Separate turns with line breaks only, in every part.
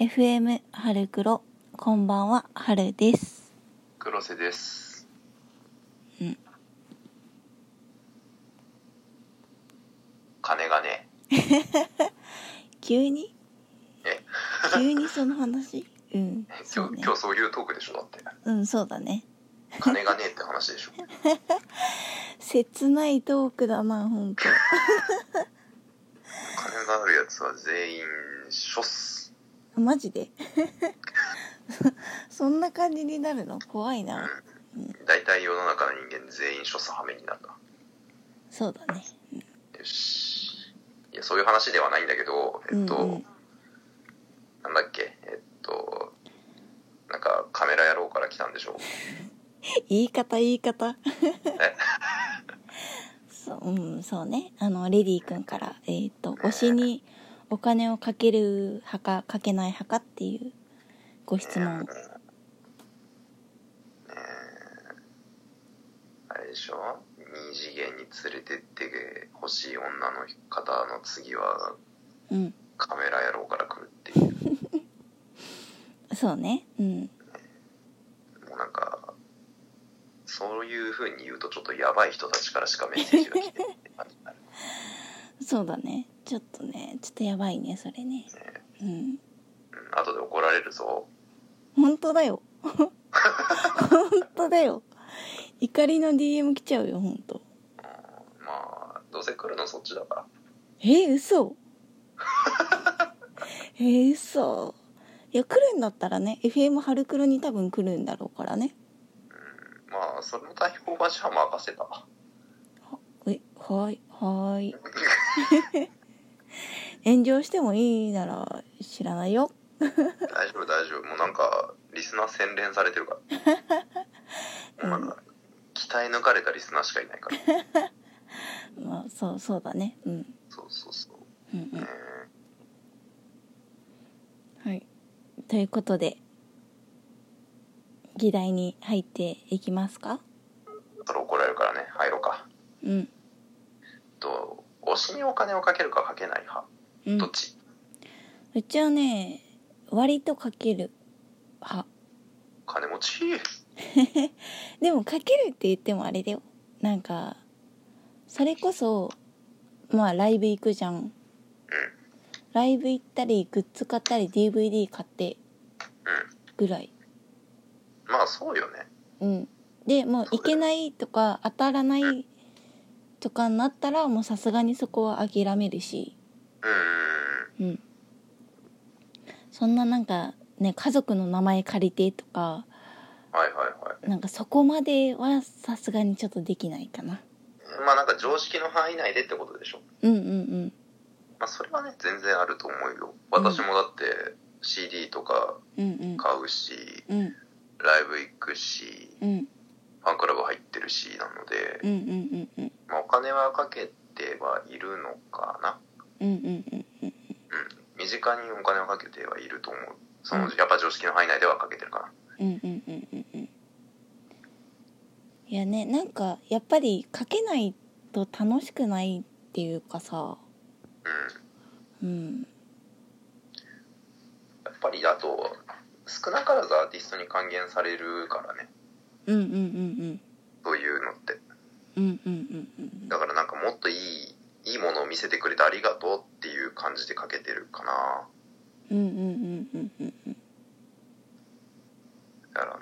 FM 春黒こんばんは春です
黒瀬です。
うん
金がね、
急に
え
急にその話うんそう
今日
ね
今日そういうトークでしょだって。
うんそうだね
金がねえって 話でしょ。
切ないトークだな本当
金があるやつは全員処す。
マジで そんな感じになるの怖いな
大体世の中の人間全員処すはめになるな。
そうだね
よし。いやそういう話ではないんだけど、えっと、
うんうん
なんだっけ、えっと、なんかカメラ野郎から来たんでしょ。
言い方言い方
え
そう,、うん、そうねあのレディー君から、えー、と推しにお金をかける派かかけない派かっていうご質問
あれでしょ二次元に連れてってほしい女の方の次は
うん
カメラ野郎から来るっていう
そうねうん
もうなんかそういう風に言うとちょっとやばい人たちからしかメッセージが来てないって感じになる
そうだねちょっとねちょっとやばいねそれねうん
うん後で怒られるぞ
本当だよ本当だよ怒りの DM 来ちゃうよ本当
まあどうせ来るのそっちだから
えー、 嘘えー、嘘いや来るんだったらね FM 春黒に多分来るんだろうからね
まあそれの対抗版しは任せた
えはいはい 炎上してもいいなら知らないよ
大丈夫大丈夫もうなんかリスナー洗練されてるからも うなんか鍛え抜かれたリスナーしかいない から
まあそうそうだねうん
そうそうそう
うんう
ね
んはいということで議題に入っていきますか
それ怒られるからね入ろうか
うん
と推しにお金をかけるかかけない派
うん
どっち、
うちはね割とかける派
金持ち
でもかけるって言ってもあれだよなんかそれこそまあライブ行くじゃんライブ行ったりグッズ買ったり DVD 買ってぐらい
まあそうよね
うんでもう行けないとか当たらないとかになったらもうさすがにそこは諦めるし
うー
うんそんななんかね家族の名前借りてとか
んはいはいは
なんかそこまではさすがにちょっとできないかない
まあなんか常識の範囲内でってことでしょ
うんうんうん
まあそれはね全然あると思うよ私もだって CD とか
うん
買うし
うんうん
ライブ行くし
うん
ファンクラブ入ってるしなので、
うんうんうんうん
まあ、お金はかけてはいるのかな
うんうんうんうん
身近にお金をかけてはいると思うそのやっぱ常識の範囲内ではかけてるかな
うんうんうんうんうんいやねなんかやっぱりかけないと楽しくないっていうかさう
うん
ん
やっぱりだと少なからずアーティストに還元されるからね
うんうんうん
そういうのって
うんうんうんうんうん
だからなんかもっといいいいものを見せてくれてありがとうっていう感じでかけてるかな
うんうんうんうんうんうん
だから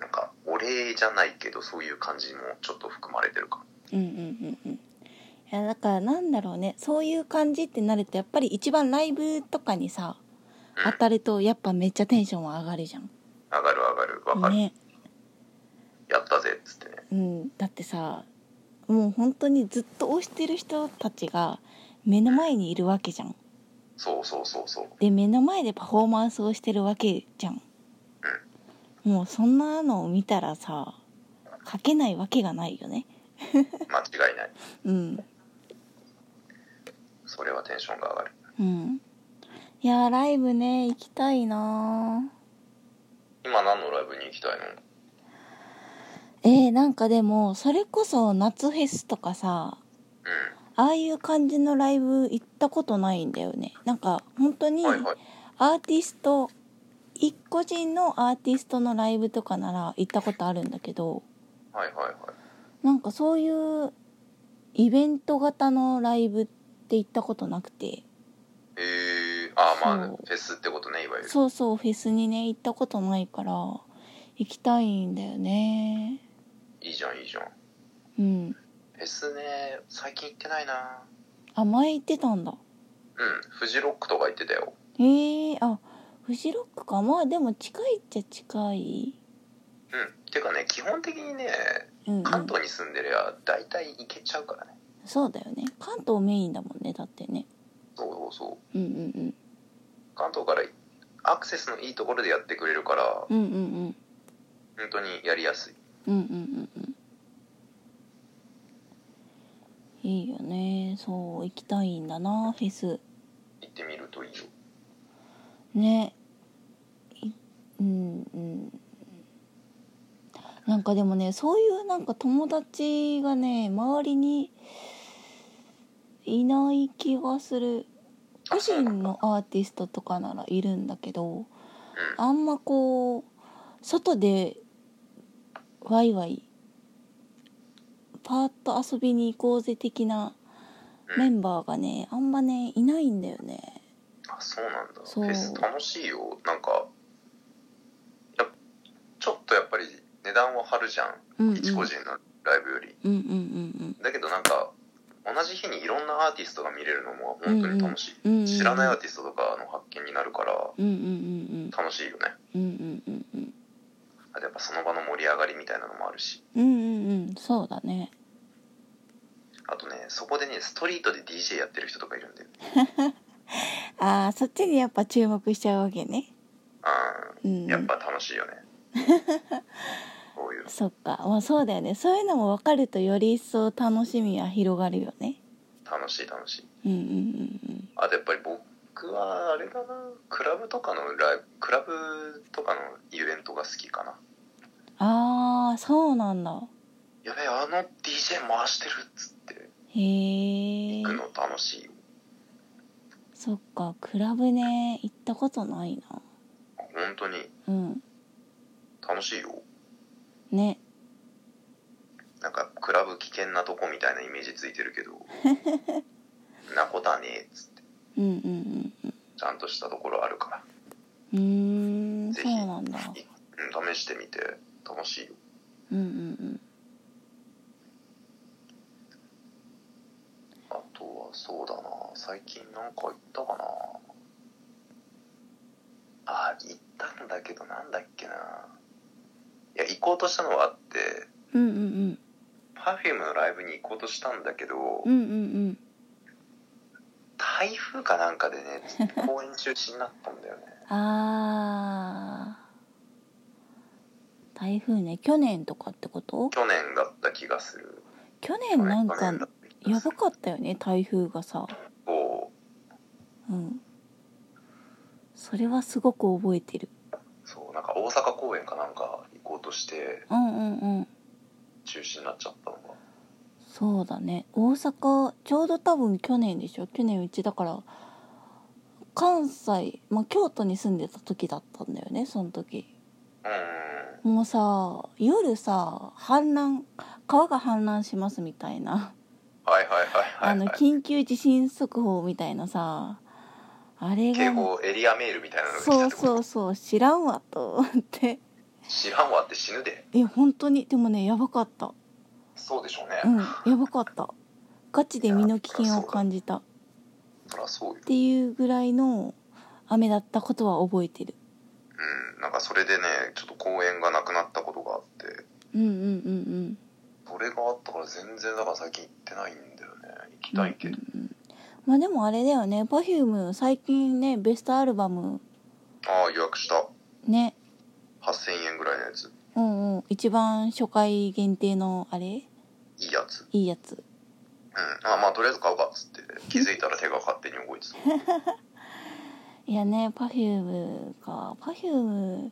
なんかお礼じゃないけどそういう感じもちょっと含まれてるか
うんうんうんうんいやだからなんだろうねそういう感じってなるとやっぱり一番ライブとかにさ
うん
当たるとやっぱめっちゃテンションは上がるじゃん
上がる上がるわかる、
ね
やったぜっつってね
うんだってさもう本当にずっと推してる人たちが目の前にいるわけじゃん
そうそうそうそう
で目の前でパフォーマンスをしてるわけじゃんもうそんなのを見たらさ書けないわけがないよね
間違いない
うん
それはテンションが上がる
うんいやーライブね行きたいなー
今何のライブに行きたいの
えー、なんかでもそれこそ夏フェスとかさああいう感じのライブ行ったことないんだよねなんか本当
う
に
んはいはい
アーティスト一個人のアーティストのライブとかなら行ったことあるんだけど
はいはいはい
なんかそういうイベント型のライブって行ったことなくて
えー、ああまあ
そう
フェスってことねいわゆる
そうそうフェスにね行ったことないから行きたいんだよね
いいじゃんいいじゃん
うん
フェスね最近行ってないな
あ前行ってたんだ
うんフジロックとか行ってたよ
へえあフジロックかまあでも近いっちゃ近い
うんてかね基本的にね
うん、うん、
関東に住んでりゃ大体行けちゃうからね
そうだよね関東メインだもんねだってね
そうそうそう
うんうん
関東からアクセスのいいところでやってくれるから
うんうんうん
本当にやりやすい
うんうんうんうんいいよねそう行きたいんだなフェス
行ってみるといいよ
ねいうんうんなんかでもねそういうなんか友達がね周りにいない気がする個人のアーティストとかならいるんだけど
う、
あんまこう外でワイワイパーッと遊びに行こうぜ的なんメ
うん、
ンバーがねあんまねいないんだよね
あそうなんだフ
そう
ェス楽しいよなんかやっちょっとやっぱり値段を張るじゃん
うんうん
一個人のライブより
うんうんうん
だけどなんか同じ日にいろんなアーティストが見れるのも本当に楽しい、
うんうんうんうん
知らないアーティストとかの発見になるから
うんうんうん
楽しいよね
うんうんうんうん
あとやっぱその場の盛り上がりみたいなのもあるし
うんうんうんそうだね
あとねそこでねストリートで DJ やってる人とかいるんだよ
あーそっちにやっぱ注目しちゃうわけねう
うん
ん
やっぱ楽しい よねこういうの
そっかまあそうだよねそういうのも分かるとより一層楽しみは広がるよね
楽しい楽しい
うんうんうん
あとやっぱり僕はあれだなクラブとかのライブクラブとかのイベントが好きかな
うんああそうなんだ
やべえあの DJ 回してるっつって
へえ
行くの楽しいよ
そっかクラブね行ったことないな
本当に
うん
楽しいよ
ね
なんかクラブ危険なとこみたいなイメージついてるけどんなことはねえっつって
うんうん
ちゃんとしたところあるから
うんうんうーん
ぜ
そ
ひ
うなんだ
うん試してみて楽しいよ
うんうん
あとはそうだな最近なんか行ったかなあ行ったんだけどなんだっけないや行こうとしたのはあって
うんうんうん
Perfume のライブに行こうとしたんだけど
うんうんうん
台風かなんかでね ちょっと公演中止になったんだよね
うんあー台風ね去年とかってこと
去年だった気がする
去年なん
去
か
年だった気が
や
す
ば
る
かったよね台風がさ
そう
うんそれはすごく覚えてる
そうなんか大阪公演かなんか行こうとして
うんうんうん
中止になっちゃったのが
そうだね大阪ちょうど多分去年でしょ去年うちだから関西、まあ、京都に住んでた時だったんだよねその時
うん
もうさ夜さ氾濫川が氾濫しますみたいな
はいはいはいはい、はい、
あの緊急地震速報みたいなさあれ
警
がもう
報エリアメールみたいなのが来た
そう
ってこと
そうそう知らんわと思って
知らんわって死ぬで
いや本当にでもねやばかった
そうでしょうね、
うんやばかったガチで身の危険を感じた
そりゃそうよ
っていうぐらいの雨だったことは覚えてる
うんなんかそれでねちょっと公演がなくなったことがあって
うんうんうん
それがあったから全然だから最近行ってないんだよね行き
うん
たいけど、
うんうんまあでもあれだよね Perfume 最近ねベストアルバム
ああ予約した
ね
8000円ぐらいのやつ
うんうん一番初回限定のあれい
いいやつ
いやつ
うんあまあとりあえず買うかっつって気づいたら手が勝手に動いてた
いやね Perfume か Perfume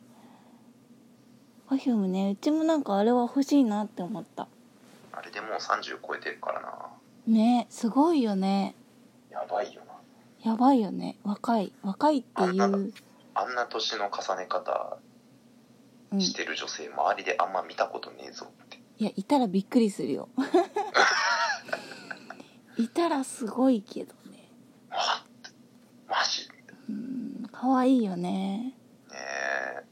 Perfume ねうちもなんかあれは欲しいなって思った
あれでもう30超えてるからな
ねすごいよね
やばいよな
やばいよね若い若いっていう、
あんな年の重ね方
うん、い
してる女性周りであんま見たことねえぞって
やいたらびっくりする よいたらすごいけどね
わっマジね
うん可愛いよね
え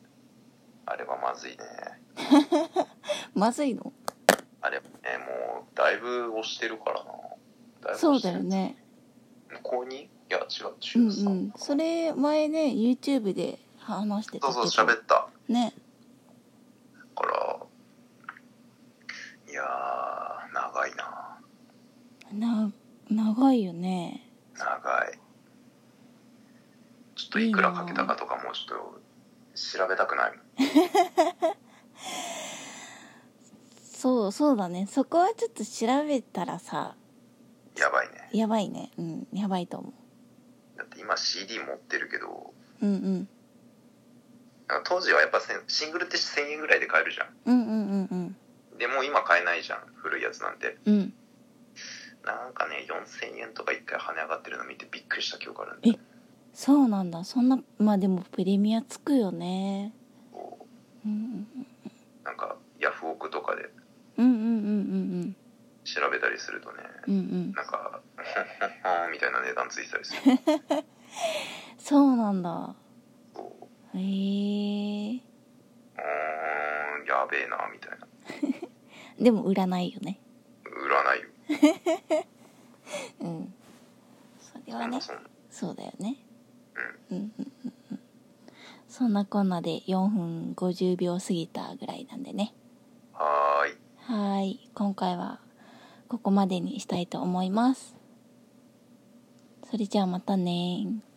あれはまずいね
まずいの
あれねもうだいぶ押してるからなだいぶ押して
そ
る
うだよね
向こうにいや違う
う
中
んう
3、
んそれ前ね YouTube で話してた
そう
け
そ
ど
う喋った
ね
からいやー長いな
な長いよね
長いちょっといくらかけたかとかもうちょっと調べたくないもん
そうそうだねそこはちょっと調べたらさ
やばいね
やばいねうんやばいと思
だって今 CD 持ってるけど
ううんうん
なんか当時はやっぱせんシングルって1000円ぐらいで買えるじゃ
うんうんうんうん
んでもう今買えないじゃん古いやつなんて
うん
なんかね4000円とか1回跳ね上がってるの見てびっくりした記憶あるん
え
で
そうなんだそんなまあでもプレミアつくよね
こ
うん
うなんかヤフオクとかで
うんうんうん
調べたりするとね
うんうんうんうん
なんか 「みたいな値段ついてたりする
そうなんだ
こう
へえ
うーんやべえなみたいな
でも売らないよね
売らないよ
うんそれ
そ
は
んな
ね
そん
そうだよねうんうんうんうんそんなこんなで4分50秒過ぎたぐらいなんでね
はーい
はーい今回はここまでにしたいと思いますそれじゃあまたねー